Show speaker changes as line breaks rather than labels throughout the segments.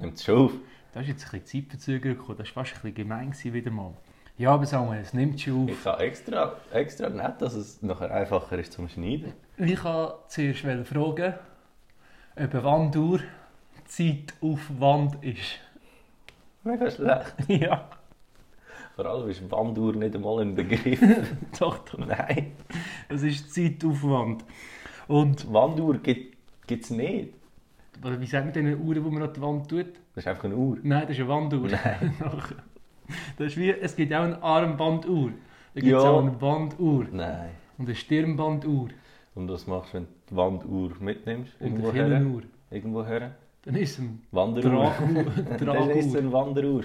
kommt es schon auf.
Da ist jetzt ein bisschen Zeitverzögerung gekommen. Das war fast ein bisschen gemein gewesen wieder mal. Ja, aber sagen wir, es nimmt schon
Ich
auf.
habe extra, extra nett, dass es nachher einfacher ist zum Schneiden.
Ich wollte zuerst fragen, ob eine Wanduhr Zeitaufwand ist.
Mega schlecht.
ja,
Vor allem ist Wanduhr nicht einmal ein Begriff.
doch, doch.
Nein,
Es ist Zeitaufwand. Und
Wanduhr gibt es nicht.
aber wie sagen wir denn eine Uhr, die man an die Wand tut?
Das ist einfach eine Uhr.
Nein, das ist eine Wanduhr.
Nein.
Doch. das ist wie, es gibt auch eine Armbanduhr. Da gibt
Ja.
es auch eine Banduhr
Nein.
und eine Stirnbanduhr
Und was machst du, wenn du die Wanduhr mitnimmst?
und
Irgendwo
eine
her?
Kirchenuhr.
Irgendwo her?
Dann ist es eine
Wanderuhr.
Draguhr.
Das ist
Draguhr.
eine Wanderuhr.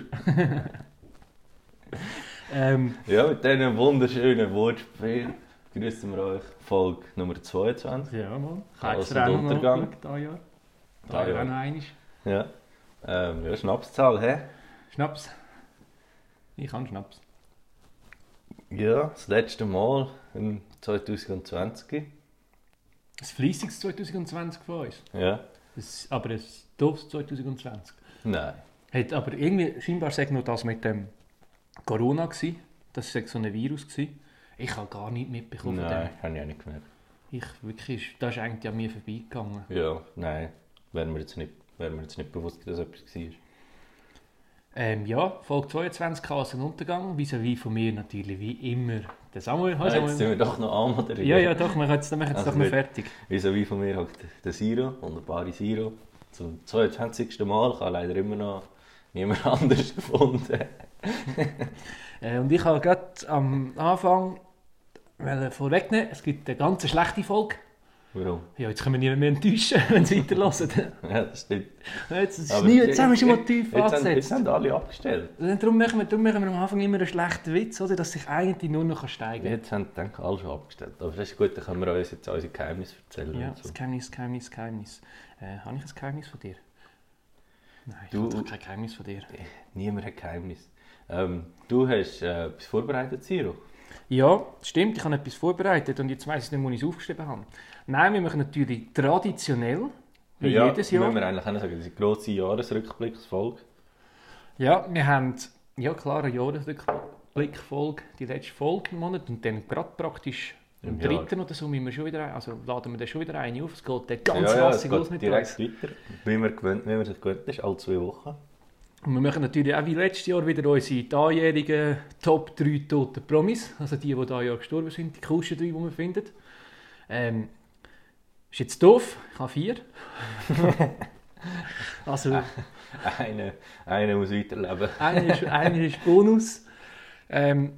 Ähm,
Ja, mit diesen wunderschönen Wortspiel grüßen wir euch Folge Nummer 22.
ja, mal.
Chaos
Ich habe
und
extra auch noch
Untergang.
nachgeschaut, Da ja.
Da
Da ja
ja.
auch noch einmal.
Ja, ähm, ja Schnapszahl, hä?
Schnaps. Ich kann Schnaps.
Ja, das letzte Mal im 2020.
Ein fleissiges 2020 von uns.
Ja.
Ein- aber ein doofes 2020.
Nein.
Hat aber irgendwie, scheinbar sagt noch das mit dem Corona gsi. Das war so ein Virus. gsi. Ich habe gar nichts mitbekommen von dem.
Nein, habe ich auch nicht gemerkt.
Ich wirklich, ist- das ist eigentlich an mir vorbeigegangen.
Ja, nein. Wäre mir jetzt nicht, wäre mir jetzt nicht bewusst, dass etwas war.
Ähm, ja, Folge 22 Chaos und Untergang. Vis-à-vis von mir natürlich wie immer der Samuel. Hi
Ah, jetzt sind
Samuel.
wir doch noch am oder
Ja, ja, doch, wir können es wir können es
Also
doch noch
gut.
fertig.
Wieso wie von mir hockt der Siro, wunderbare Siro. Zum 22. Mal, ich habe leider immer noch niemand anders gefunden.
Äh, und ich habe gerade am Anfang wollen vorwegnehmen, es gibt eine ganz schlechte Folge.
Warum?
Ja, jetzt können wir niemanden mehr enttäuschen, wenn sie weiterhören.
Ja, das stimmt.
Jetzt, jetzt,
Aber
ist nie- jetzt haben wir schon mal
jetzt-
tief
jetzt haben,
angesetzt.
jetzt haben alle abgestellt.
Ja, Darum machen, wir, darum machen wir am Anfang immer einen schlechten Witz, oder? dass sich eigentlich nur noch steigern
Jetzt haben denke ich, alle schon abgestellt. Aber das ist gut, dann können wir uns jetzt unsere Geheimnisse erzählen.
kann. Ja,
und so.
das Geheimnis, Geheimnis, Geheimnis. Äh, habe ich ein Geheimnis von dir? Nein, ich
Du-
habe doch kein Geheimnis von dir.
Niemand hat Geheimnis. Ähm, du hast äh, etwas vorbereitet, Siro.
Ja, stimmt, ich habe etwas vorbereitet und jetzt weiss ich nicht, wo ich es aufgeschrieben habe. Nein, wir machen natürlich traditionell, wie jedes Jahr.
Wenn wir eigentlich können sagen, das ist eine grosse Jahresrückblicksfolge.
Ja, wir haben ja, klar eine Jahresrückblickfolge, die letzte Folge im Monat und dann gerade praktisch am
Im Jahr.
3. oder so müssen wir schon wieder ein, also laden wir dann schon wieder eine auf, es geht dann ganz
Ja, ja, es
rassig los
geht
mit
direkt
uns.
weiter. Wie wir, gewöhnt, wie wir es gewöhnt ist, alle zwei Wochen.
Und wir machen natürlich auch wie letztes Jahr wieder unsere diesjährigen eh, Top 3 toten Promis, also die, die dieses Jahr gestorben sind, die coolsten drei, die wir finden. Ähm, ist jetzt doof, ich habe vier. also...
Einer eine muss weiterleben.
Einer ist, einer ist Bonus. Ähm,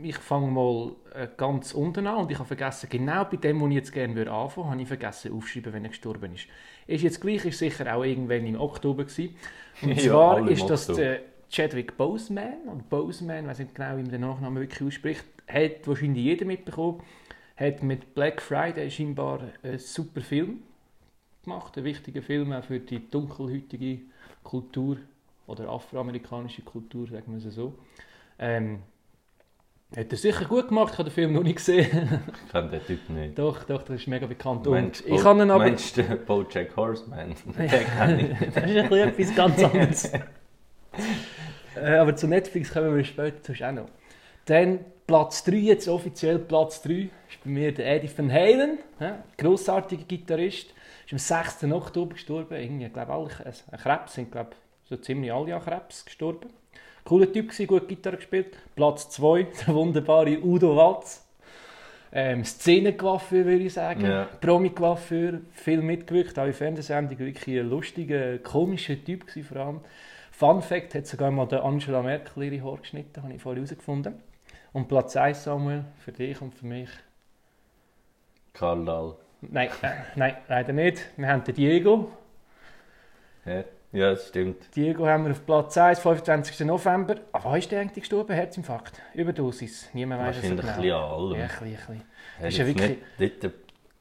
ich fange mal äh, ganz unten an und ich habe vergessen, genau bei dem, wo ich jetzt gerne würde anfangen würde, habe ich vergessen aufschreiben, wenn er gestorben ist. Ist jetzt gleich, ist sicher auch irgendwann im Oktober gewesen. Und
Ja,
zwar
alle im
ist das
Oktober.
der eh, Chadwick Boseman. Und Boseman, weiß nicht genau, wie man den Nachnamen wirklich ausspricht, hat wahrscheinlich jeder mitbekommen, hat mit Black Friday eh, scheinbar einen super Film gemacht, einen wichtigen Film auch für die dunkelhäutige Kultur oder afroamerikanische Kultur, sagen wir es so. Ähm, hat er sicher gut gemacht, ich habe den Film noch nicht gesehen.
Ich kenne den Typ nicht.
doch, doch, das ist mega bekannt.
Mensch,
Und ich
Bo-
kann ihn aber...
Meinst du den Bojack Horseman? Den kenne
das ist ein bisschen etwas ganz anderes. äh, aber zu Netflix kommen wir später sonst auch noch. Dann Platz 3, jetzt offiziell Platz 3, ist bei mir der Eddie Van Halen, ja, grossartiger Gitarrist. Ist am 6. Oktober gestorben. Irgendwie, ich glaube, alle äh, an Krebs sind, glaube so ziemlich alle an Krebs gestorben. Cooler Typ gewesen, gut Gitarre gespielt. Platz 2, der wunderbare Udo Walz. Ähm, Szenencoiffeur, würde ich sagen.
ich. ja.
Promi-Coiffeur, viel mitgewirkt, auch in Fernsehsendungen, wirklich ein lustiger, komischer Typ gewesen, vor allem. Fun Fact, hat sogar mal der Angela Merkel ihre Haare geschnitten, habe ich vorher herausgefunden. Und Platz 1, Samuel, für dich und für mich.
Karl Dahl.
Nein, äh, nein, leider nicht. Wir haben den Diego.
Ja, ja, das stimmt.
Diego haben wir auf Platz 1, 25. November. Ah, wann ist der eigentlich gestorben? Herzinfarkt. Überdosis. Niemand weiß es
Wahrscheinlich ein
genau.
bisschen an allem.
Ja, ein bisschen, ein bisschen.
Er
ist
hat
ja
jetzt
wirklich-
nicht, nicht den,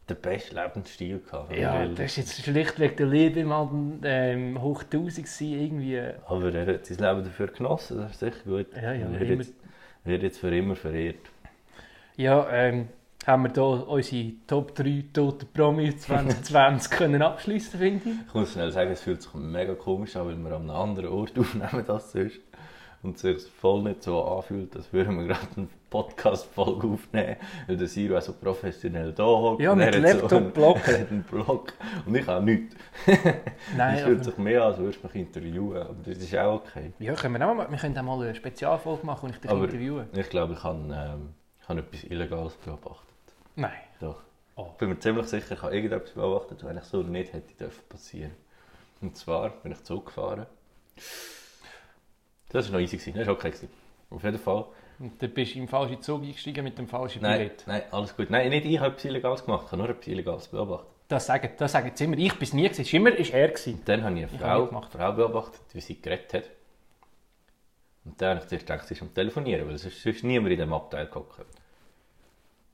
den besten Lebensstil gehabt. wenn man
Ja,
will.
das ist jetzt schlichtweg der Liebe mal ähm, hoch 1000 gewesen, irgendwie. äh,
Aber er hat sein Leben dafür genossen, das ist sicher gut.
Ja, ja,
er
immer-
wird jetzt, wird jetzt für immer verehrt.
Ja, ähm, haben wir hier unsere Top 3 tote Promis 2020 können abschließen, finde ich.
Ich muss schnell sagen, es fühlt sich mega komisch an, weil wir an einem anderen Ort aufnehmen als sonst. Und es sich voll nicht so anfühlt, als würden wir gerade eine Podcast-Folge aufnehmen. Weil der Siro auch so professionell da hockt.
Ja,
und er
mit
hat so
Laptop
einen-
Block.
Er hat einen Block. Und ich auch nichts. Es
Nein,
fühlt
aber,
sich mehr an, als würdest du mich interviewen. Aber das ist auch okay.
ja, können wir, auch mal, wir können auch mal eine Spezialfolge machen und ich dich
Aber-
interviewen.
Ich glaube, ich habe, ähm, ich habe etwas Illegales beobachtet.
Nein.
Doch.
Oh.
Ich bin mir ziemlich sicher, ich habe irgendetwas beobachtet, was eigentlich so nicht hätte dürfen passieren Und zwar bin ich Zug gefahren. Das war noch easy, gewesen. das war okay. Gewesen. Auf jeden Fall.
Und dann bist du im falschen Zug eingestiegen mit dem falschen
Nein,
Billett.
nein, alles gut. Nein, nicht ich habe etwas Illegales gemacht, ich habe nur etwas Illegales beobachtet.
Das sagen, das sagen sie immer. Ich bin es nie. Gewesen. Es ist Immer war er. Gewesen.
Und dann habe ich eine
Ich
Frau,
habe
gemacht.
mitgemacht.
Frau beobachtet, wie sie geredet hat. Und dann habe ich zuerst gedacht, sie ist am Telefonieren, weil sonst sonst niemand dus in diesem Abteil gehockt.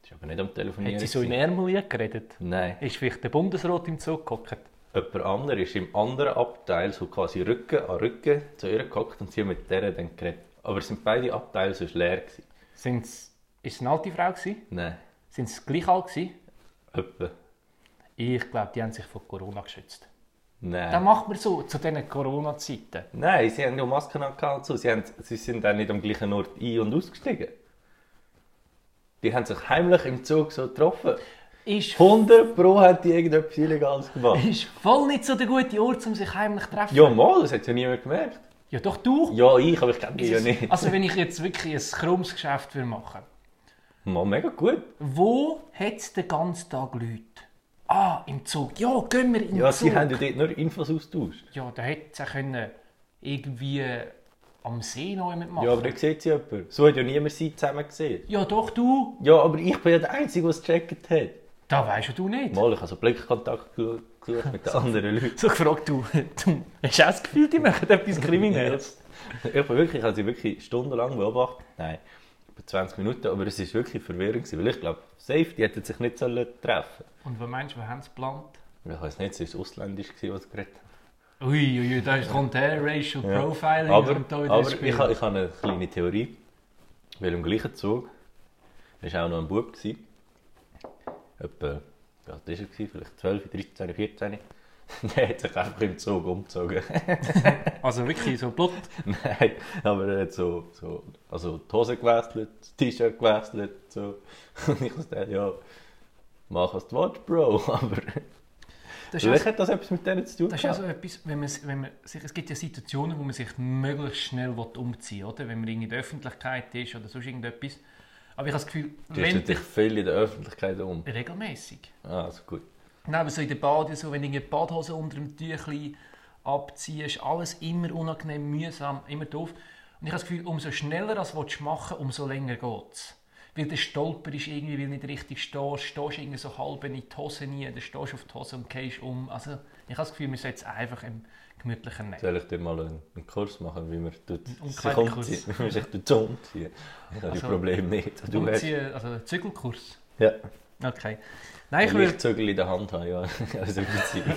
Sie ist aber nicht am Telefonieren.
Hat sie so in
gewesen.
Ärmel geredet?
Nein.
Ist vielleicht der Bundesrat im Zug gehockt?
Jemand anderer ist im anderen Abteil so quasi Rücken an Rücken zu ihr gehockt und sie hat mit der dann geredet. Aber es sind beide Abteile sonst leer gewesen.
Sind's, ist es eine alte Frau? Gewesen?
Nein,
Sind sie gleich alt? Gewesen?
öppe.
Ich glaube, die haben sich von Corona geschützt. Das
Nein.
macht man so zu diesen Corona-Zeiten.
Nein, sie haben ja Masken angehabt und so. Sie, haben, sie sind dann nicht am gleichen Ort ein- und ausgestiegen. Die haben sich heimlich im Zug so getroffen.
Ist,
100 Pro haben die irgendetwas Illegales gemacht.
ist voll nicht so der gute Ort, um sich heimlich zu treffen.
Ja, mal, das hat ja niemand gemerkt.
Ja, doch du.
Ja, ich, aber ich kenne die ja
Es ist-
nicht.
Also wenn ich jetzt wirklich ein krummes Geschäft würde machen
Mal, mega gut.
Wo hat es den ganzen Tag Leute? Ah, im Zug. Ja, gehen wir in den
Ja,
Zug.
sie haben ja dort nur Infos austauscht.
Ja, da hätte sie können irgendwie am See noch jemand machen.
Ja, aber dann sieht sie jemand. So hat ja niemand sie zusammen gesehen.
Ja, doch, du.
Ja, aber ich bin ja der Einzige, der es gecheckt hat.
Da weisst ja du nicht.
Mal, ich habe so Blickkontakt ge- gesucht mit den anderen Leuten.
So gefragt, du, du hast du auch das Gefühl, die machen etwas Kriminelles?
Ich bin wirklich, ich habe sie wirklich stundenlang beobachtet. Nein, über 20 Minuten, aber es war wirklich verwirrend, gewesen, weil ich glaube, safe, die hätten sich nicht sollen treffen
Und was meinst du, wir haben es geplant?
sollen. Ich weiß nicht, es war ausländisch, gewesen, was sie geredet haben.
Ui, ui, ui, da ist- kommt der Racial
Ja.
Profiling
Aber,
und da wieder
aber
ins Spiel.
ich, habe- ich habe eine kleine Theorie. Weil im gleichen Zug war auch noch ein Bub. gewesen. Etwa, wie alt war er? gewesen? Vielleicht 12, 13, 14. Der hat sich einfach im Zug umgezogen.
Also wirklich, so blott.
Nein, aber er hat so, so also die Hose gewechselt, das T-Shirt gewechselt. So. Und ich dachte, ja, mach was du willst, Bro. Aber
Das ist,
vielleicht
also,
hat das etwas mit denen zu tun.
das ist
gehabt.
also etwas, wenn man, wenn man sich, es gibt ja Situationen, wo man sich möglichst schnell will umziehen will, oder? Wenn man irgendwie in der Öffentlichkeit ist oder sonst irgendetwas. Aber ich habe das Gefühl,
Du hast
wenn
natürlich viel in der Öffentlichkeit um.
regelmäßig.
Ah, also gut.
Nein, aber so in der Bade, so, wenn du die Badhose unter dem Tüchli abziehst, alles immer unangenehm, mühsam, immer doof. Und ich habe das Gefühl, umso schneller das willst du machen, umso länger geht es. Weil der Stolper ist irgendwie, weil du nicht richtig stehst, stehst irgendwie so halb in die Hose nie, dann stehst du auf die Hose und gehst um. Also ich habe das Gefühl, wir sollten es einfach im gemütlichen nehmen.
Soll ich dir mal einen, einen Kurs machen, wie man tut,
Einen
sich
Umkleidekurs.
umziehen, wie man sich tut umziehen? Ich habe
Also,
die Probleme nicht. Du hast,
Umziehen, also einen Zügelkurs.
ja,
Okay. Nein, ich
wenn ich
würde,
Zögel in der Hand habe, ja, also umziehen.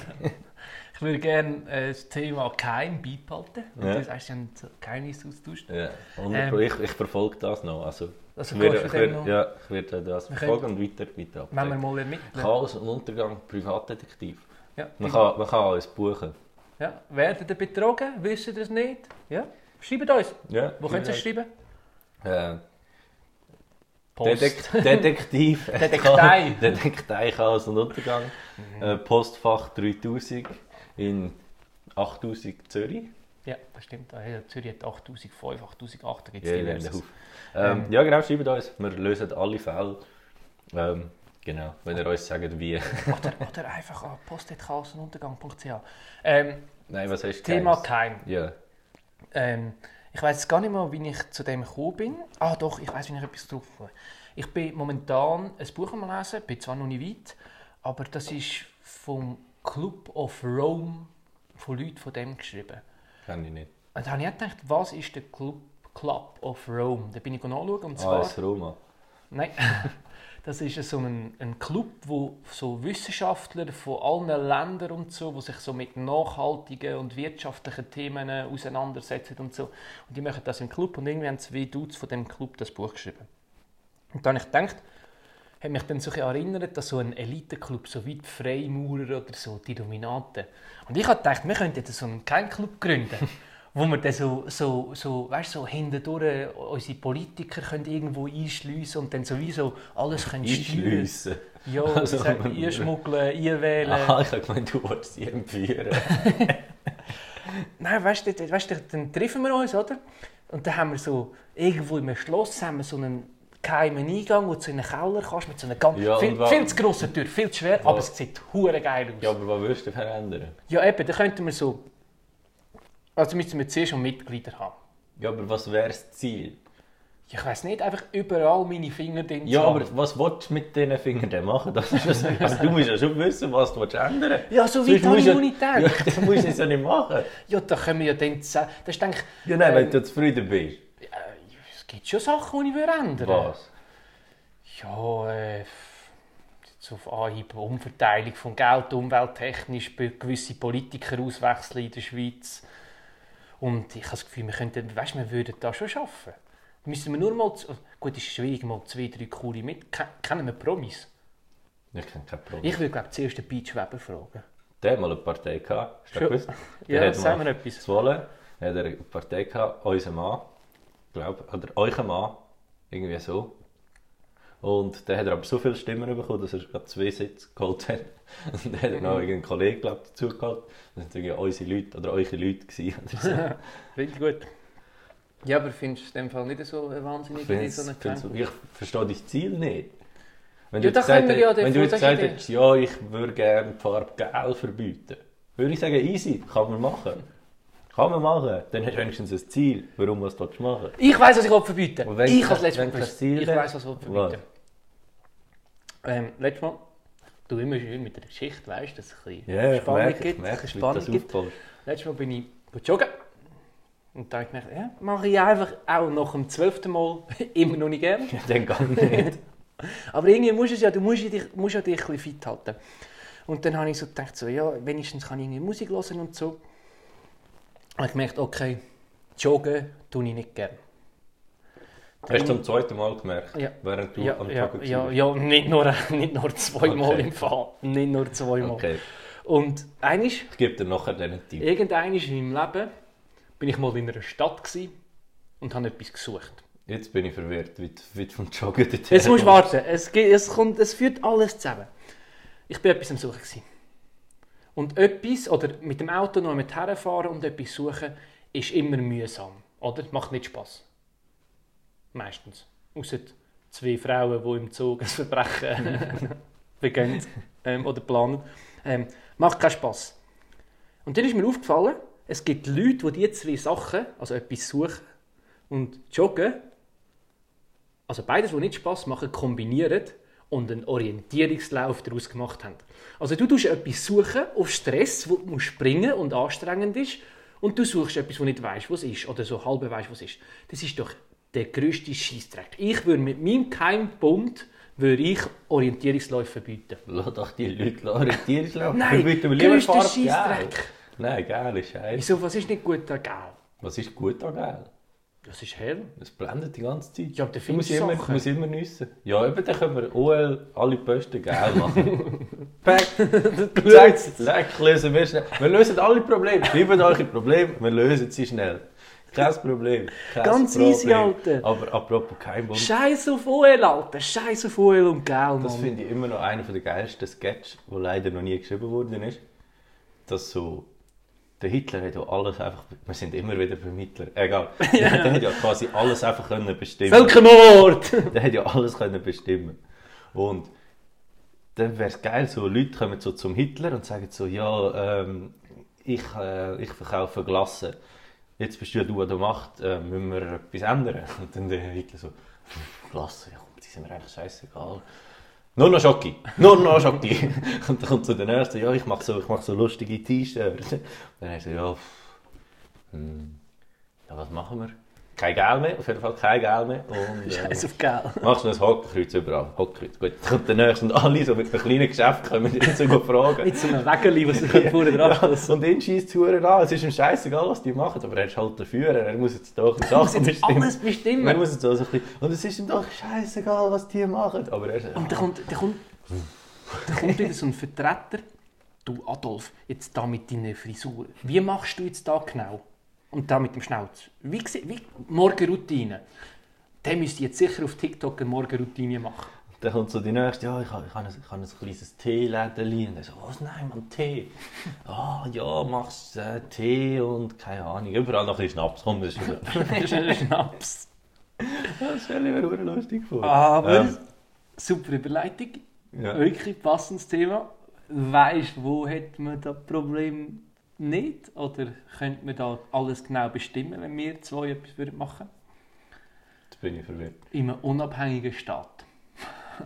ich würde gerne äh, das Thema geheim beibehalten.
Ja.
Ja. Du hast ja einen Geheimnisaustausch.
Ja, 100 Pro. ich, ich verfolge das noch. Also,
Also
ich werde,
gehst du
ich
dem noch-
werde, ja, ich werde das
Wir
verfolgen und weiter, weiter
Wenn wir
abdecken.
mal ermitteln.
Chaos und Untergang, Privatdetektiv.
Ja,
Man kann, man kann uns buchen.
ja. Werdet ihr betrogen? Wisst ihr das nicht? Ja. Schreibt uns.
Ja,
Wo könnt ihr es schreiben?
Äh,
Post.
Detek Detektiv.
Detektei.
Detektei, Chaos und Untergang.
Mhm.
Äh, Postfach 3000 in 8000 Zürich.
Ja, das stimmt. Ah, ja, Zürich hat 8005, 8008, da gibt es
Ja, wir haben den
diverses.
Haufen. Ähm,
Mhm.
ja, genau, schreibt uns. Wir lösen alle Fälle. Ähm, genau, wenn ihr uns sagt, wie.
Oder, oder einfach an post.chaosenuntergang.ch. Ähm,
Nein, was hast du
Thema
Geiles?
Keim.
Ja.
Ähm, ich weiß gar nicht mehr, wie ich zu dem gekommen bin. Ah doch, ich weiß, wie ich etwas drauf komme. Ich bin momentan ein Buch am lesen, bin zwar noch nicht weit, aber das ist vom Club of Rome, von Leuten von dem geschrieben.
Kann ich nicht.
Und da habe ich auch gedacht, was ist der Club, Club of Rome? Da bin ich nachschauen
Ah,
und zwar...
AS Roma.
Nein, das ist so ein, ein Club, wo so Wissenschaftler von allen Ländern und so, die sich so mit nachhaltigen und wirtschaftlichen Themen äh, auseinandersetzen und so. Und die machen das im Club und irgendwie haben zwei Dudes von dem Club das Buch geschrieben. Und dann habe ich gedacht, hat mich dann so ein bisschen erinnert, dass so ein Elitenclub, so wie die Freimaurer oder so, die Dominanten. Und ich habe gedacht, wir könnten jetzt so einen Kernclub gründen, wo wir dann so, so, so, weißt, so hindurch unsere Politiker können irgendwo einschliessen und dann sowieso alles können steuern.
Einschliessen.
Ja,
Also,
also,
man-
einschmuggeln, einwählen.
Aha, ich habe gemeint, du wolltest sie entführen.
Nein, weißt du, dann- weißt du, dann treffen wir uns, oder? Und dann haben wir so, irgendwo im Schloss haben wir so einen geheimen Eingang, wo du so in einen Keller kannst, mit so einer ganz,
Ja, und
viel,
wa-
viel zu grossen Tür, viel zu schwer, aber es sieht hure geil aus.
ja, aber was würdest du verändern?
Ja, eben, dann könnten wir so. Also müssten wir zuerst schon Mitglieder haben.
Ja, aber was wäre das Ziel?
Ich weiß nicht, einfach überall meine Finger drin zu
Ja,
haben.
aber was willst du mit diesen Fingern denn machen? Das ist das, also, du musst ja schon wissen, was du willst ändern willst.
Ja, so weit habe ich
ja,
noch nicht
Ja,
gedacht.
das musst du es ja nicht machen.
Ja, da können wir ja dann zusammen. Das ist, denke ich,
Ja, nein,
äh,
wenn du zufrieden bist.
es gibt schon Sachen, die ich würde ändern
Was?
Ja, äh, jetzt auf Anhieb Umverteilung von Geld, umwelttechnisch, be- gewisse Politiker auswechseln in der Schweiz. Und ich habe das Gefühl, wir könnten, weißt, wir würden da schon schaffen. Müssen wir nur mal, z- gut, ist schwierig, mal zwei, drei coole mit, Ke- kennen wir Promis?
Ich kenne kein Problem.
Ich würde, glaube zuerst den Beach Weber fragen.
Der hat mal eine Partei gehabt, hast du
Schon.
das gewusst?
Ja,
Der
das
hat
sagen
mal
wir etwas.
zu Wohlen, dann hat er eine Partei gehabt, unser Mann, glaube oder euer Mann, irgendwie so. Und dann hat er aber so viele Stimmen bekommen, dass er gerade zwei Sitze geholt hat. Und dann hat er noch irgendeinen Kollegen glaub, dazu geholt. Das waren irgendwie unsere Leute oder eure Leute. Gewesen, oder so.
Richtig gut. Ja, aber findest du es in dem Fall nicht so eine wahnsinnige
Ich
Idee,
find's-
so eine
find's-
Camp-
ich verstehe dein Ziel nicht. Wenn
Ja,
du
da
jetzt gesagt
können wir ja
hättest-
dann
wenn du
von
jetzt
solchen
gesagt hättest, ja, ich würde gerne die Farbe Gel verbieten, würde ich sagen, easy, kann man machen. Kann man machen. Dann hast du wenigstens ein Ziel, warum was du das machen
Ich weiß, was ich will verbieten
Und
will.
wenn-
Ich habe es letztes Mal
wenn
gewusst.
passiert-
Ich weiß, was ich will
Was?
verbieten will. Ähm, letztes Mal, du immer schön mit der Geschichte, weißt du, dass es ein bisschen
Ja, ich
Spannung
merke, ich
gibt.
merke,
ein
wie
bisschen
du
Spannung
das
gibt.
aufbaust.
Letztes Mal bin ich gut joggen. Und da habe ich gedacht, ja, mache ich einfach auch nach dem zwölften Mal immer noch nicht gerne.
Ja, Dann gar nicht.
Aber irgendwie musst du es ja, du musst ja dich, musst ja dich ein bisschen fit halten. Und dann habe ich so gedacht, so, ja, wenigstens kann ich irgendwie Musik hören und so. Und ich gemerkt, okay, joggen tue ich nicht gerne.
hast du zum zweiten Mal gemerkt,
Ja.
während du
Ja,
am
ja,
Joggen
ja,
warst?
ja, nicht nur, nicht nur zweimal
Okay.
im Fall. Nicht nur zweimal.
Okay,
Und einisch,
ich gebe dir nachher diesen Tipp.
irgendeinisch in meinem Leben bin ich mal in einer Stadt gsi und habe etwas gesucht.
Jetzt bin ich verwirrt, wie du- wie du vom Joggen dorthin
Jetzt musst du
kommst.
warten. Es, geht- es, kommt, es führt alles zusammen. Ich bin etwas am Suchen. Gewesen. Und etwas, oder mit dem Auto noch mit herfahren und etwas suchen, ist immer mühsam. Oder? Macht nicht Spass. Meistens. Außer zwei Frauen, die im Zug ein Verbrechen begehen ähm, oder planen. Ähm, macht keinen Spass. Und dann ist mir aufgefallen, es gibt Leute, die diese zwei Sachen, also etwas suchen und joggen, also beides, was nicht Spass machen, kombinieren und einen Orientierungslauf daraus gemacht haben. Also du tust etwas suchen auf Stress, wo du musst springen und anstrengend ist und du suchst etwas, wo nicht weißt, was ist oder so halb weißt, was ist. Das ist doch der grösste Scheissdreck. Ich würde mit meinem Geheimbund würde ich Orientierungsläufe verbieten.
Lass doch die Leute orientierungslaufen.
Nein, größter Scheissdreck.
Nein, geil ist scheiße.
Wieso, was ist nicht gut an Gel?
Was ist gut an geil?
Das ist hell.
Es blendet die ganze Zeit.
Ja, aber dann
du musst
findest du
immer,
Sachen.
musst immer nüssen. Ja, eben, dann können wir OL alle Posten geil machen. Pack, zack, zack, lösen wir schnell. Wir lösen alle Probleme. Schreibt eure Probleme, wir lösen sie schnell. Kein Problem. Kein
Ganz
Problem.
easy, Alter.
Aber apropos kein Bund.
Scheiß auf OL, Alter. Scheiß auf OL und Gel, Mann.
Das finde ich immer noch einer der geilsten Sketch, der leider noch nie geschrieben worden ist. Dass so der Hitler hat ja alles einfach. Wir sind immer wieder beim Hitler. Egal. Der hat ja quasi alles einfach können bestimmen.
Völkermord!
Der hat ja alles können bestimmen. Und dann wäre es geil, so Leute kommen so zum Hitler und sagen so, ja, ähm, ich, äh, ich verkaufe Glasse. Jetzt bist ja du an der Macht, äh, müssen wir etwas ändern. Und dann der Hitler so, Glasse, ja, komm, die sind mir eigentlich scheißegal. Nur noch Schocki, nur noch Schocki. und dann kommt so der Nächste, ja, ich mache so, ich mach so lustige T-Shirts. Und dann er so, ja, pff, hm, ja, was machen wir? kein Geld mehr, auf jeden Fall kein Geld mehr. Und, äh,
Scheiß auf Geld.
Machst du ein Hockkreuz überall? Hockkreuz, gut. Dann kommt der Nächste und alle so mit einem kleinen Geschäft kommen die jetzt sogar fragen.
Mit so einem Wägeli, was ich vorne
Ja,
dran
und ihn schießt die Huren an. Es ist ihm scheißegal, was die machen, aber er ist halt der Führer. Er muss jetzt doch Sachen
ist.
bestimmen.
Alles
Er
bestimmen.
muss jetzt auch so ein bisschen, und es ist ihm doch scheißegal, was die machen. Aber er ist,
Und dann kommt, dann kommt, dann kommt wieder so ein Vertreter. Du Adolf, jetzt da mit deiner Frisur. Wie machst du jetzt da genau? Und da mit dem Schnauz. Wie, gse- wie Morgenroutine. Den müsst ihr jetzt sicher auf TikTok eine Morgenroutine machen.
Dann kommt so die nächste, ja, ich habe, ich habe, ein, ich habe ein kleines Teeläden. Und er so, was, nein, man, Tee? Ah, ja, machst äh, Tee und keine Ahnung, überall noch ein bisschen Schnaps. Komm, das ist wieder...
Das ist ein Schnaps.
das stelle ich mir verdammt lustig vor.
Aber,
Ähm,
super Überleitung.
ja.
Wirklich passendes Thema. Weißt du, wo hat man das Problem nicht? Oder könnte man da alles genau bestimmen, wenn wir zwei etwas würden machen
Jetzt bin ich verwirrt.
In einem unabhängigen Staat.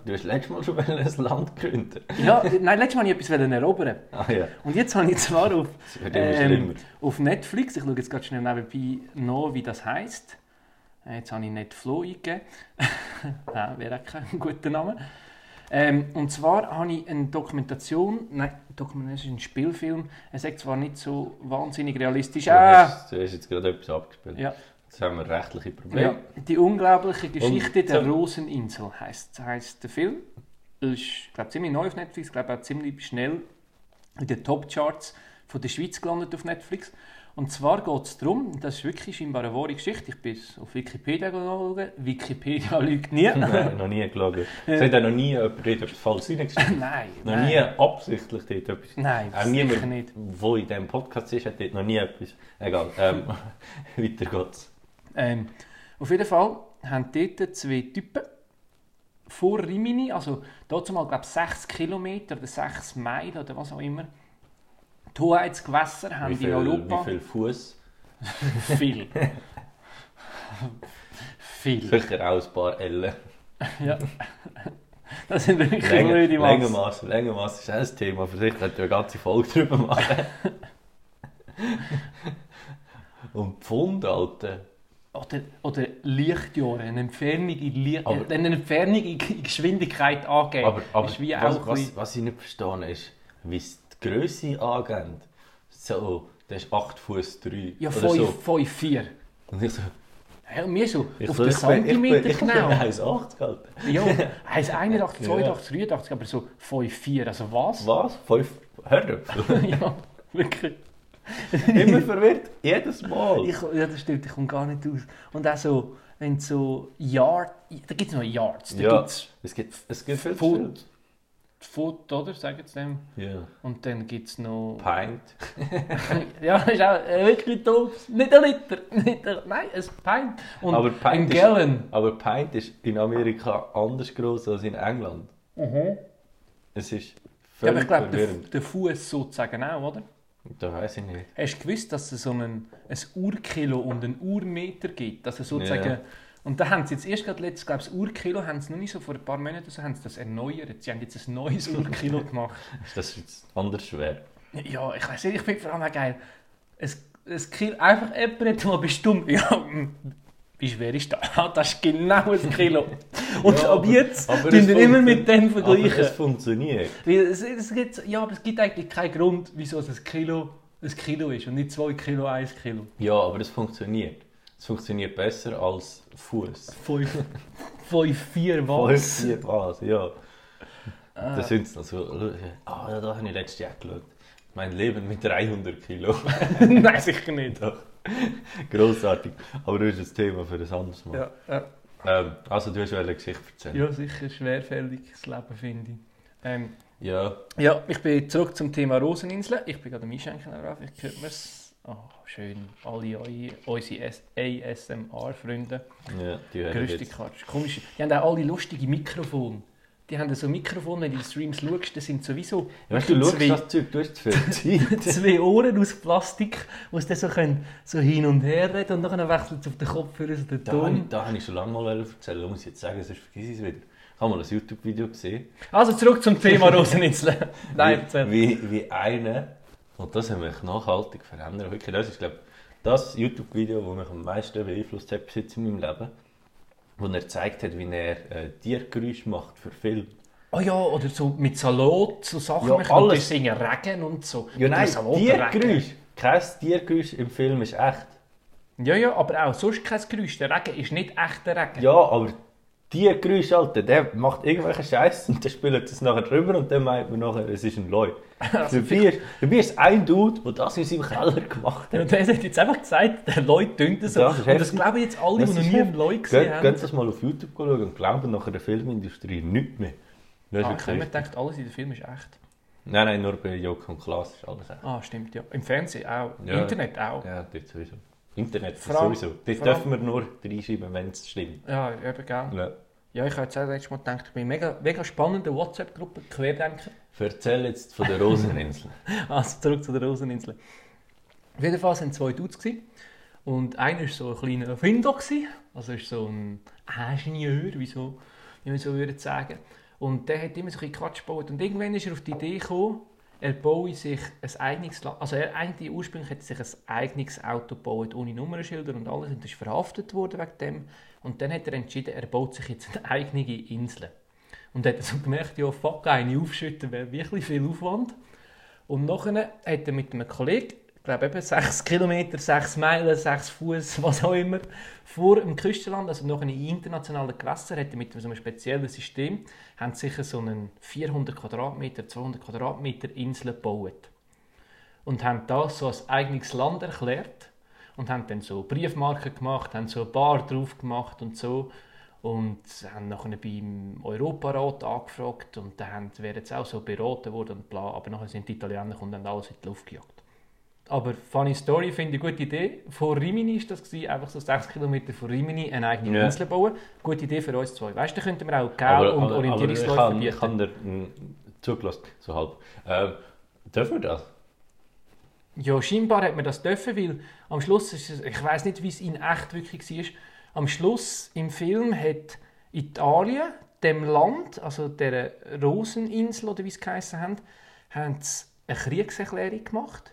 Du hast letztes Mal schon wollen ein Land gründen.
Ja, nein, letztes Mal wollte ich etwas erobern.
Ah ja,
Und jetzt habe ich zwar auf,
das wird immer
ähm,
schlimmer.
auf Netflix, ich schaue jetzt gerade schnell nebenbei nach, wie das heisst. Äh, Jetzt habe ich Netflow eingegeben. nein, wäre auch kein guter Name. Ähm, und zwar habe ich eine Dokumentation, nein, Dokumentation ist ein Spielfilm, er sagt zwar nicht so wahnsinnig realistisch,
Du
ah,
hast, du hast jetzt gerade etwas abgespielt.
Ja.
Jetzt haben wir rechtliche Probleme.
ja, die unglaubliche Geschichte
Und-
der Roseninsel heisst, heisst der Film. Ist, glaube ziemlich neu auf Netflix, glaube auch ziemlich schnell in den Top-Charts von der Schweiz gelandet auf Netflix. Und zwar geht es darum, das ist wirklich scheinbar eine wahre Geschichte, ich bin es auf Wikipedia gegangen, Wikipedia lügt nie.
Nein, noch nie gelogen. Es hat auch noch nie jemand dort etwas falsch reingeschrieben.
nein,
Noch
nein.
nie absichtlich dort etwas.
Nein,
Auch
sicher
niemand,
nicht.
der in diesem Podcast ist, hat dort noch nie etwas. Egal, ähm, weiter geht's.
Ähm, auf jeden Fall haben dort zwei Typen vor Rimini, also dazu mal glaube 6 Kilometer oder 6 Meilen oder was auch immer, die Hoheitsgewässer haben
Wie viel,
in Europa
wie viel Fuß?
viel. viel.
Sicher auch ein paar Ellen.
ja. Das sind wirklich
Länge-
blöde Massen.
Längenmaß Längenmasse ist auch ein Thema. Für sich könnte ich eine ganze Folge drüber machen. Und Pfund, Alter.
Oder, oder Lichtjahre, eine Entfernung in, Licht,
Aber-
eine Entfernung in in Geschwindigkeit angeben.
Aber, aber
ist wie
was,
auch ein bisschen-
was, was ich nicht verstehe, ist, wie es die Größe angeht. So, der ist 8 Fuß 3.
ja,
oder
5,
so.
5, 4.
Und ich so,
Ja, mir so,
ich
auf
so,
den
ich bin-
Zentimeter
ich bin, ich
genau.
bin 1,80 Alter.
Ja, heißt 81,
Ja.
82, 83, aber so 5, 4, also was?
Was? 5 Hörnöpfe?
ja, wirklich.
Immer verwirrt, jedes Mal.
Ich, ja, das stimmt, ich komme gar nicht aus. Und auch so, wenn so Yard, da gibt es noch Yards, da
Ja.
gibt es
es gibt, es gibt viel zu viel.
Foot. Foot, oder? Sagen sie dem.
Ja.
Und dann gibt es noch...
Pint.
ja, ist auch äh, wirklich doof. Nicht ein Liter, nicht ein, nein, ein Pint. Und
Aber Pint
ein
ist-
Gallon.
Aber Pint ist in Amerika anders groß als in England. Es ist
Ja, Mhm.
völlig
aber ich glaube, der,
verwirrend.
der Fuß sozusagen auch, oder?
Da weiß ich nicht.
Hast du gewusst, dass es so einen, ein Urkilo und einen Urmeter gibt? Dass es sozusagen,
Ja.
Und da haben sie jetzt erst gerade letztes, glaube ich, das Urkilo haben sie noch nicht so vor ein paar Monaten so, haben sie das erneuert. Sie haben jetzt ein neues Urkilo gemacht.
Ist das jetzt anders schwer?
Ja, ich weiß nicht, ich finde vor allem auch geil. Es, es Kilo, einfach jemand, der bestimmt, ja, mm, wie schwer ist das? Ah, Das ist genau ein Kilo. Und
Ja,
ab
aber-
jetzt
aber
tun
es
wir immer
funktio-
mit dem
Aber es
vergleichen.
funktioniert.
Weil es, es gibt, ja, aber es gibt eigentlich keinen Grund, wieso es ein Kilo ein Kilo ist und nicht zwei Kilo, ein Kilo.
Ja, aber es funktioniert. Es funktioniert besser als Fuß.
5, 5 4
Fuß
was?
was, ja.
Ah.
Das sind sie noch so. Ah, ja, da habe ich letztes Jahr geschaut. Mein Leben mit 300 Kilo.
Nein, sicher nicht.
Grossartig. Aber das ist ein Thema für ein anderes Mal.
Ja, ja.
Ähm, also, du hast eine Geschichte erzählen.
ja sicher schwerfälliges Leben, finde ich. Ähm,
Ja.
ja, ich bin zurück zum Thema Roseninseln. Ich bin gerade am Einschenken drauf, ich höre mir's. Oh, schön, alle eure, unsere ASMR-Freunde.
Ja, die hören
Größte
jetzt.
Quatsch, komisch. Die haben auch alle lustige Mikrofone. Die haben so Mikrofone, wenn du die Streams schaust, das sind sowieso
Ja, weißt du, du schaust
zwei,
das Zeug, du hast zu viel Zeit.
zwei Ohren aus Plastik, die es dann so, können, so hin und her reden und dann wechselt es auf den Kopfhörer so den
Da habe
Ton.
ich, da habe ich schon lange mal erzählen, wollen, muss ich jetzt sagen, sonst vergesse ich es wieder. Ich habe mal ein YouTube-Video gesehen.
Also zurück zum Thema Roseninseln. Nein, erzähl.
wie, wie, wie einer, und das hat mich nachhaltig verändert, wirklich, das ist glaube ich das YouTube-Video, das mich am meisten beeinflusst hat bis jetzt in meinem Leben, wo er gezeigt hat, wie er äh, Tiergeräusche macht für Filme.
Oh ja, oder so mit Salat, so Sachen.
Ja,
machen. Und
alles.
die singen Regen und so.
Ja,
Oder
nein,
Salat- Regen.
Tiergeräusch! Kein Tiergeräusch im Film ist echt.
Ja, ja, aber auch sonst kein Geräusch. Der Regen ist nicht echter Regen.
Ja, aber Tiergeräusch, Alter, der macht irgendwelchen Scheiß und der spielt das nachher drüber und dann meint man nachher, es ist ein Leu.
Also
dabei, ist, dabei ist ein Dude, der das in seinem Keller gemacht
Und
hat.
der hat jetzt einfach gesagt, der Leute tönt so.
Das ist
und das
heftig.
glauben jetzt alle,
Das
die noch
ist
nie einen
heftig.
Leute
Geht,
gesehen haben. Ah,
geht das mal auf YouTube schauen und glauben nachher der Filmindustrie nichts mehr. Das ist
Ah,
wirklich
ich
richtig.
denkt, alles in dem Film ist echt.
nein, nein, nur bei Joko und Klaas ist alles echt.
Ah, stimmt, ja. Im Fernsehen auch. Im
Ja.
Internet auch.
Ja, dort sowieso. Internet
Vor allem-
sowieso. Dort
vor allem-
dürfen wir nur reinschreiben, wenn es stimmt.
Ja, eben, gell.
Ja.
Ja, ich habe jetzt auch letztes Mal gedacht, ich bin mega, mega spannende WhatsApp-Gruppe, Querdenker.
Erzähl jetzt von der Roseninsel.
Also zurück zu der Roseninsel. Auf jeden Fall waren zwei Dudes. gewesen. Und einer war so ein kleiner Erfinder, gewesen. also ist so ein Ingenieur, wie, so, wie man so würde sagen. Und der hat immer so ein bisschen Quatsch gebaut. Und irgendwann ist er auf die Idee gekommen, er baue sich ein eigenes, La- also er eigentlich ursprünglich hätte sich ein eigenes Auto gebaut, ohne Nummernschilder und alles, und ist verhaftet worden wegen dem. Und dann hat er entschieden, er baut sich jetzt eine eigene Insel. Und hat so gemerkt, ja fuck, eine aufschütten wäre wirklich viel Aufwand. Und nachher hat er mit einem Kollegen, ich glaube eben 6 Kilometer, 6 Meilen, 6 Fuß, was auch immer, vor dem Küstenland, also nachher in internationalen Gewässern, hat er mit so einem speziellen System, haben sie sicher so einen 400 Quadratmeter, 200 Quadratmeter Insel gebaut. Und haben das so als eigenes Land erklärt und haben dann so Briefmarken gemacht, haben so eine Bar drauf gemacht und so. Und haben nachher beim Europarat angefragt und dann haben- wären jetzt auch so beraten worden und bla. Aber nachher sind die Italiener gekommen und haben alles in die Luft gejagt. Aber funny story, finde ich eine gute Idee. Vor Rimini war das, gewesen, einfach so 6 Kilometer von Rimini eine eigene
Ja.
Insel bauen. Gute Idee für uns zwei. Weißt du, da könnten wir auch Gau
Aber,
und
aber, aber ich
Orientierungsläufe
kann, ich
bieten.
kann dir mh, zugelassen, so halb. Ähm, dürfen wir das?
Ja, scheinbar hat man das dürfen, weil am Schluss ist es, ich weiß nicht, wie es in echt wirklich war. Am Schluss im Film hat Italien dem Land, also der Roseninsel oder wie es geheißen haben, haben sie eine Kriegserklärung gemacht.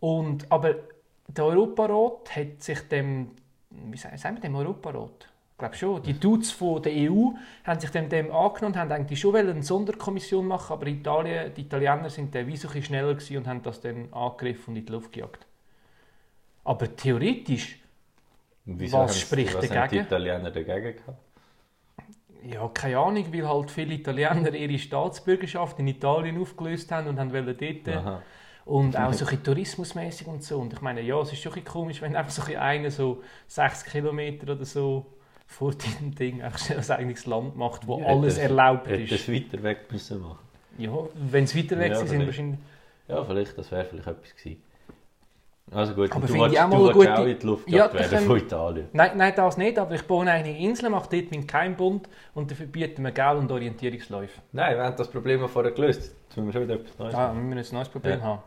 Und, aber der Europarat hat sich dem, wie sa- sagen wir dem Europarat? Ich glaube schon, die Dudes von der EU haben sich dem, dem angenommen und haben eigentlich schon wollen eine Sonderkommission machen, aber Italien, die Italiener sind dann wie so ein bisschen schneller gewesen und haben das dann angegriffen und in die Luft gejagt. Aber theoretisch, Was
haben's-
spricht
was Haben die
dagegen?
Italiener dagegen gehabt?
ja, keine Ahnung, weil halt viele Italiener ihre Staatsbürgerschaft in Italien aufgelöst haben und haben wollen dort äh,
Aha.
Und
Mhm.
auch so ein bisschen tourismusmäßig und so. Und ich meine, ja, es ist schon ein bisschen komisch, wenn einfach so ein bisschen einer so 60 Kilometer oder so vor diesem Ding einfach schnell ein eigenes Land macht, wo
Ja,
alles
das-
erlaubt
Hätte es
ist.
weiter weg müssen machen.
Ja, wenn es weiter
Ja,
weg ja,
vielleicht.
sind, wahrscheinlich.
Ja, vielleicht, das wäre vielleicht etwas gewesen. Also gut,
Aber
und du
finde ich
willst
auch mal
du
eine
willst
gute-
auch in die Luft
Ja,
gejagt
da
werden
können-
von Italien.
Nein, nein, das nicht, aber ich baue eine Insel, mache dort meinen Keimbund und dafür bieten wir Geld und Orientierungsläufe.
Nein, wir haben das Problem ja vorher gelöst. Jetzt müssen wir schon wieder etwas Neues
Da
machen.
müssen wir ein neues Problem
Ja.
haben.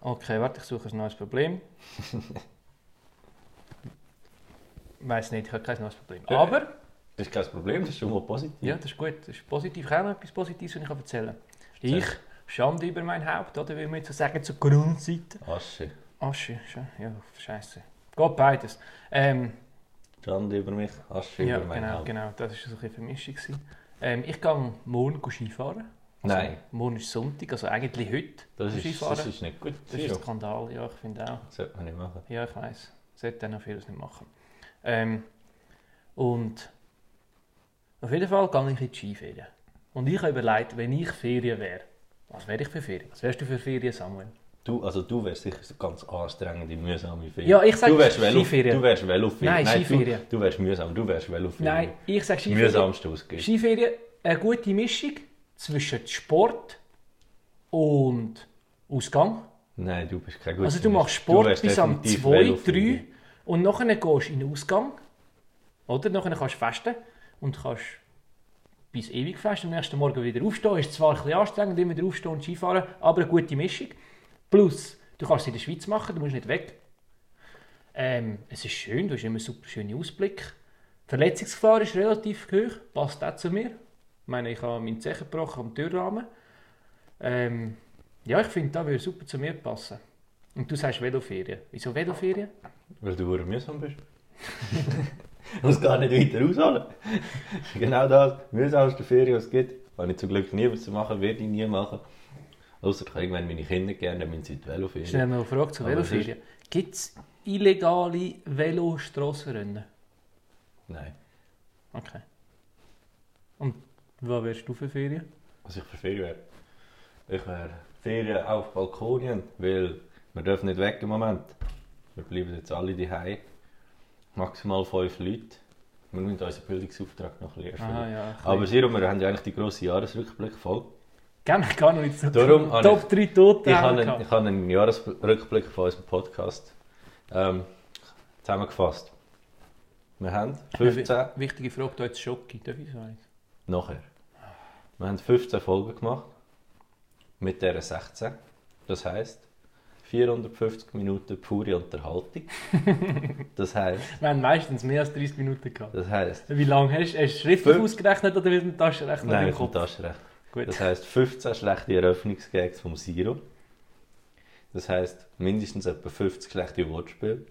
Okay, warte, ich suche ein neues Problem. Weiß nicht, ich habe kein neues Problem.
Ja.
Aber.
Das ist kein Problem, das ist schon mal positiv.
Ja, das ist gut. Das ist positiv. Ich habe auch noch etwas Positives, was ich erzählen kann.
Erzähl.
Ich, Schande über mein Haupt, oder wie man jetzt so sagen, zur Grundseite.
Asche.
Asche, Sche- Oh, ja, scheiße. Geht beides. Ähm,
Schande über mich, Asche
ja,
über mein
genau,
Haupt.
genau. Das war so ein bisschen Vermischung. gewesen. Ähm, ich gehe morgen Skifahren. Also,
Nein,
Morgen ist Sonntag, also eigentlich heute.
das ist,
Skifahren.
das ist nicht gut.
Das ist ein Skandal, ja, ich finde auch.
Das sollte man nicht machen.
Ja, ich weiß. Sollte dann noch vieles nicht machen. Ähm, und auf jeden Fall gehe ich in die Skiferien. Und ich habe überlegt, wenn ich Ferien wäre, was wäre ich für Ferien? Was wärst du für Ferien, Samuel?
Du, also du wärst sicher so ganz anstrengende, mühsame Ferien.
Ja, ich sag
du wärst Velo,
Skiferien.
Du wärst Veloferien.
Nein, Skiferien.
Du, du wärst mühsam, du wärst Veloferien.
Nein, ich sage Skiferien.
Mühsamst ausgehst.
Skiferien, eine gute Mischung zwischen Sport und Ausgang.
Nein, du bist kein guter
Also du
Mensch.
machst Sport
wärst
bis am
definitiv
2,
Veloferien.
3 und nachher gehst du in den Ausgang. Oder? Nachher kannst du festen und kannst bis ewig festen. Am nächsten Morgen wieder aufstehen. Ist zwar ein bisschen anstrengend, immer wieder aufstehen und Skifahren, aber eine gute Mischung. Plus, du kannst es in der Schweiz machen, du musst nicht weg. Ähm, es ist schön, du hast immer einen super schönen Ausblick. Die Verletzungsgefahr ist relativ hoch, passt auch zu mir. Ich meine, ich habe meinen Zeh Ehm, gebrochen am Türrahmen. Ähm, ja, ich finde, das würde super zu mir passen. Und du sagst Veloferien. Wieso Veloferien?
Weil du verdammt mühsam bist. ich muss gar nicht weiter ausholen. genau das, mühsamste Ferien, was es gibt. Habe ich zum Glück nie was zu machen, werde ich nie machen. Außer ich kann irgendwann meine Kinder gerne, dann müssen sie in die
Schnell
Veloferien.
noch eine Frage zu
Aber es ist-
Veloferien. Gibt es illegale Velosstrassenrennen?
Nein.
Okay. Und was wärst du für Ferien?
Was ich für Ferien wäre? Ich wäre Ferien auf Balkonien, weil wir dürfen nicht weg im Moment. Wir bleiben jetzt alle daheim. Maximal fünf Leute. Wir müssen unseren Bildungsauftrag noch ein bisschen erfüllen.
Aha, Ah, ja. ein
Aber
bisschen.
Siro, wir haben ja eigentlich die grosse Jahresrückblickfolge.
Gerne gar noch nicht so.
Darum habe
Top 3 Tote.
Ich habe einen, ich habe einen Jahresrückblick von unserem Podcast ähm, zusammengefasst. Wir haben 15,
Wichtige Frage, da jetzt Schocki. Darf ich so eins?
nachher. Wir haben 15 Folgen gemacht mit dieser 16. Das heisst 450 Minuten pure Unterhaltung. Das heisst,
Wir haben meistens mehr als 30 Minuten gehabt.
das heisst,
Wie lange hast du? Hast du schriftlich
Fünf-
ausgerechnet oder mit dem Taschenrechner
nein,
im
mit dem
Kopf?
Taschenrechner.
Gut.
Das heisst 15 schlechte Eröffnungsgags vom Siro. Das heisst mindestens etwa 50 schlechte Wortspiele.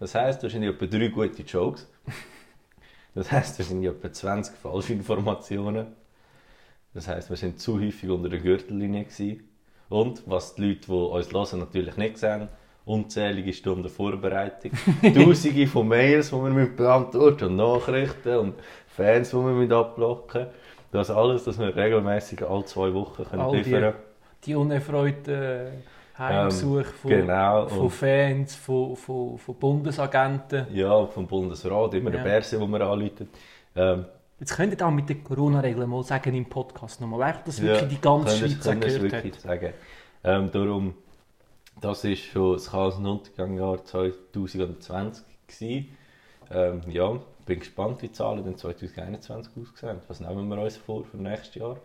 Das heisst wahrscheinlich etwa 3 gute Jokes. Das heisst wahrscheinlich etwa 20 Falschinformationen. Das heisst, wir sind zu häufig unter der Gürtellinie gewesen. Und was die Leute, die uns hören, natürlich nicht sehen, unzählige Stunden Vorbereitung, tausende von Mails, die wir müssen beantworten und Nachrichten und Fans, die wir müssen abblocken Das alles, dass wir regelmäßig alle zwei Wochen können
All die-
liefern
Die unerfreuten Heimsuche von,
Ähm, Genau.
von
Und,
Fans, von, von, von Bundesagenten.
ja, und vom Bundesrat, immer
Ja.
eine Berse, die wir anläuten. Ähm,
Jetzt könnt ihr auch mit den Corona-Regeln mal sagen im Podcast nochmal. Einfach, dass
Ja,
wirklich die ganze
Können
Schweiz auch
können es
gehört
wirklich
hat.
sagen. Ähm, darum, das ist schon das Chaos- und Untergangjahr 2020 gewesen. Ähm, ja, bin gespannt, wie die Zahlen dann 2021 aussehen. Was nehmen wir uns vor für nächstes Jahr?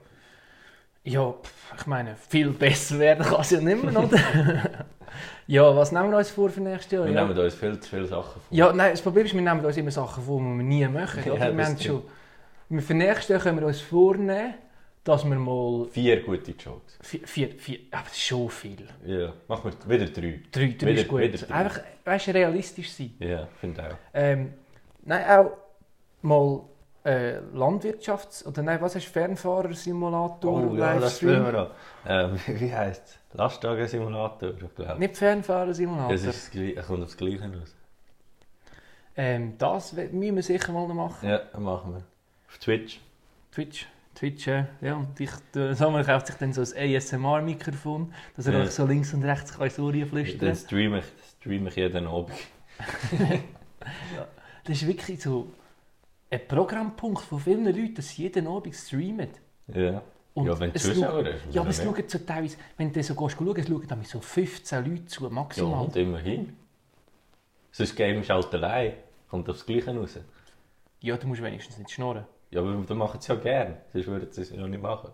Ja, pff, ich meine, viel besser werden kann es ja nicht mehr, oder? ja, was nehmen wir uns vor für nächstes Jahr?
Wir
ja.
nehmen uns viel zu viele Sachen vor.
Ja, nein, das Problem ist, wir nehmen uns immer Sachen vor, die wir nie machen.
Ja,
oder? wir
das
haben schon,
stimmt.
wir für nächstes Jahr können wir uns vornehmen, dass wir mal
Vier gute Jokes.
vier, vier, vier aber das ist schon viel.
Ja, machen wir wieder drei.
Drei, drei
Wieder-
ist gut.
wieder drei.
Einfach, weißt, realistisch sein.
Ja, finde ich auch.
Ähm, nein, auch mal äh, Landwirtschafts- oder nein, was hast du, Fernfahrersimulator,
oh, ja, das spielen wir noch. Ähm, wie heisst es? Lastwagen-Simulator, glaube
Nicht
ich.
Fernfahrersimulator.
Es ist das Gleiche- es kommt auf das Gleiche raus.
Ähm, das we- müssen wir sicher mal noch machen.
Ja, machen wir. Auf Twitch.
Twitch. Twitch, äh, ja, und ich, der Samuel kauft sich dann so ein ASMR-Mikrofon, dass er
Ja.
euch so links und rechts kann ins Ohr flüstern
Dann
kann.
streame ich, streame ich jeden Abend.
Das ist wirklich so ein Programmpunkt von vielen Leuten, dass sie jeden Abend streamen.
Ja.
Und
ja, wenn du
es schaut-
Zuschauer hast.
ja, aber es
wieso nicht?
schauen so teilweise, wenn du so gehst, schauen, es schauen dann so 15 Leute zu,
Ja,
maximal.
und immerhin. Sonst Game ist halt allein. Kommt aufs Gleiche raus.
Ja, du musst wenigstens nicht schnorren.
Ja, aber dann machen sie ja gerne. Sonst würden sie es ja nicht machen.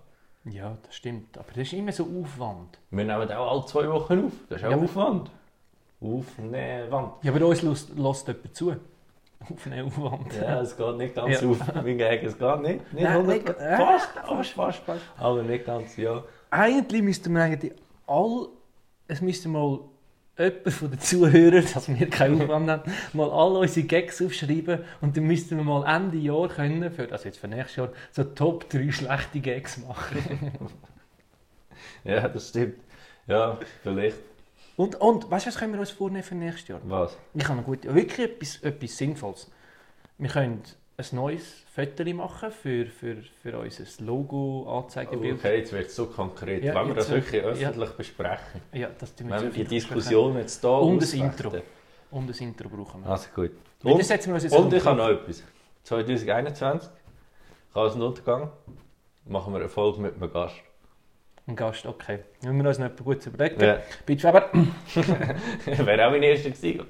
Ja, das stimmt. Aber das ist immer so Aufwand.
Wir nehmen auch alle zwei Wochen auf. Das ist auch
Ja, aber-
Aufwand. Aufnehmen.
Ja, aber uns lässt, lässt jemand zu. Auf einen Aufwand.
Ja, es geht nicht ganz
Ja.
auf. Mein Gegen, es geht nicht. Nicht
Nein,
100
nicht- äh.
Fast, fast, fast, fast. Aber nicht ganz, ja.
Eigentlich müsste man eigentlich all, es müsste mal jemand von den Zuhörern, dass wir keinen Aufwand haben, mal all unsere Gags aufschreiben und dann müssten wir mal Ende Jahr können, für, also jetzt für nächstes Jahr, so Top 3 schlechte Gags machen.
Ja, das stimmt. Ja, vielleicht.
Und, und weißt du, was können wir uns vornehmen für nächstes Jahr?
Was?
Wir können gut, wirklich etwas, etwas Sinnvolles. Wir können ein neues Foto machen für, für, für unser Logo-Anzeigebild.
Okay, jetzt wird es so konkret.
Ja,
Wenn wir
jetzt
das wirklich
wird- ja.
öffentlich besprechen,
Ja, das tun wir
wenn wir
jetzt
die
öffentlich besprechen.
Diskussion jetzt hier
Und das
ausfechten.
Intro. Und das Intro brauchen wir.
Also gut.
Und,
Und,
setzen wir uns jetzt
und ich
unter-
habe noch etwas. 2021, Chaos und Untergang, machen wir eine Folge mit einem Gast.
Ein Gast, okay. Wenn wir uns noch etwas Gutes überlegen.
Ja.
Bitte, aber
Wäre auch mein erster gewesen.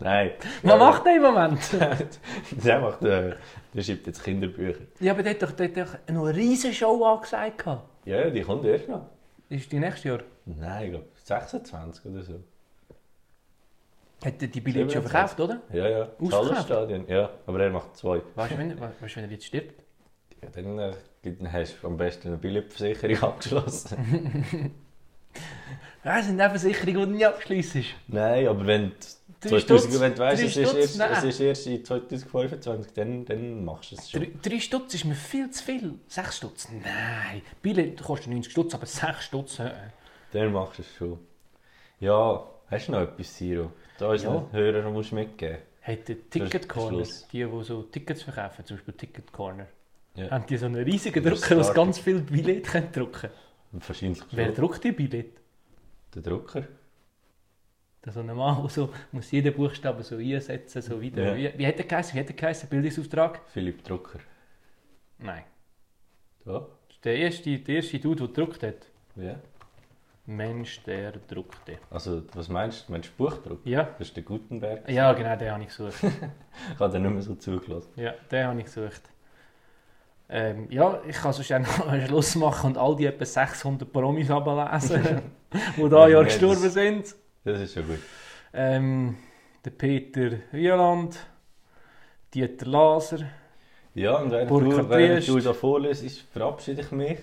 Nein.
was macht der im Moment?
der? Macht, äh, der schreibt jetzt Kinderbücher.
ja, aber der hat doch, der hat doch noch eine riesen Show angesagt. gehabt.
Ja, ja, die kommt erst noch.
Ist die nächstes Jahr?
Nein, ich glaube 26 oder so.
Hat er die Billette schon
27.
verkauft, oder?
Ja, ja. Das
Ausverkauft?
Hallenstadion. Ja, aber er macht zwei.
Weißt du, wenn, weißt, du, wenn er jetzt stirbt?
Ja, dann, äh, dann hast du am besten eine Billigversicherung abgeschlossen.
Ja, sind eine Versicherung, die du nicht abschliessest.
Nein, aber wenn du,
Drei
2000,
Stutz.
wenn du weißt,
Drei
es ist,
Stutz,
erst,
nein.
es ist erst in 2025, dann, dann machst du es schon.
Drei, drei Stutz ist mir viel zu viel. Sechs Stutz? Nein. Billett kostet 90 Stutz, aber sechs Stutz? Äh.
Dann machst du es schon. Ja, hast du noch etwas, Siro? Da ist
Ja.
noch ein Hörer, den musst du mitgeben.
Hat die Ticket Corner,
Schluss.
die, die so Tickets verkaufen, zum Beispiel Ticket Corner,
Ja.
haben die so einen riesigen
Das
Drucker,
ist
der ganz viel Billett kann drucken
Wahrscheinlich schon.
Wer druckt die Billett?
Der Drucker.
Da so ein Mann, der so, muss jeden Buchstaben so einsetzen, so
Ja.
wieder. Wie, wie hat der geheißen? Wie hat der geheißen? Bildungsauftrag?
Philipp Drucker.
Nein.
Da?
Das ist der erste, der erste Dude, der gedruckt hat.
Ja.
Mensch, der druckte.
Also, was meinst du? Meinst du Buchdruck?
Ja.
Das ist der Gutenberg.
Ja, genau, den habe ich gesucht.
Ich habe den nicht mehr so zugelassen.
Ja, den habe ich gesucht. Ähm, ja, ich kann sonst auch noch einen Schluss machen und all die etwa 600 Promis ablesen, die
Ja,
da ja
das-
gestorben sind.
Das ist schon gut.
Ähm, der Peter Wieland, Dieter Laser,
Ja, und während
Burkhard
du, während
Priest.
du da vorlesest, verabschiede ich mich.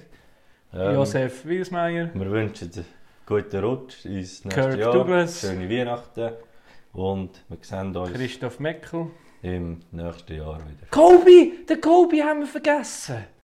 Ähm,
Josef Wilsmeier,
Wir wünschen einen guten Rutsch ins nächste
Kirk
Jahr.
Douglas.
Schöne Weihnachten. Und wir sehen uns
Christoph Meckel.
im nächsten Jahr wieder.
Kobe! Den Kobe haben wir vergessen!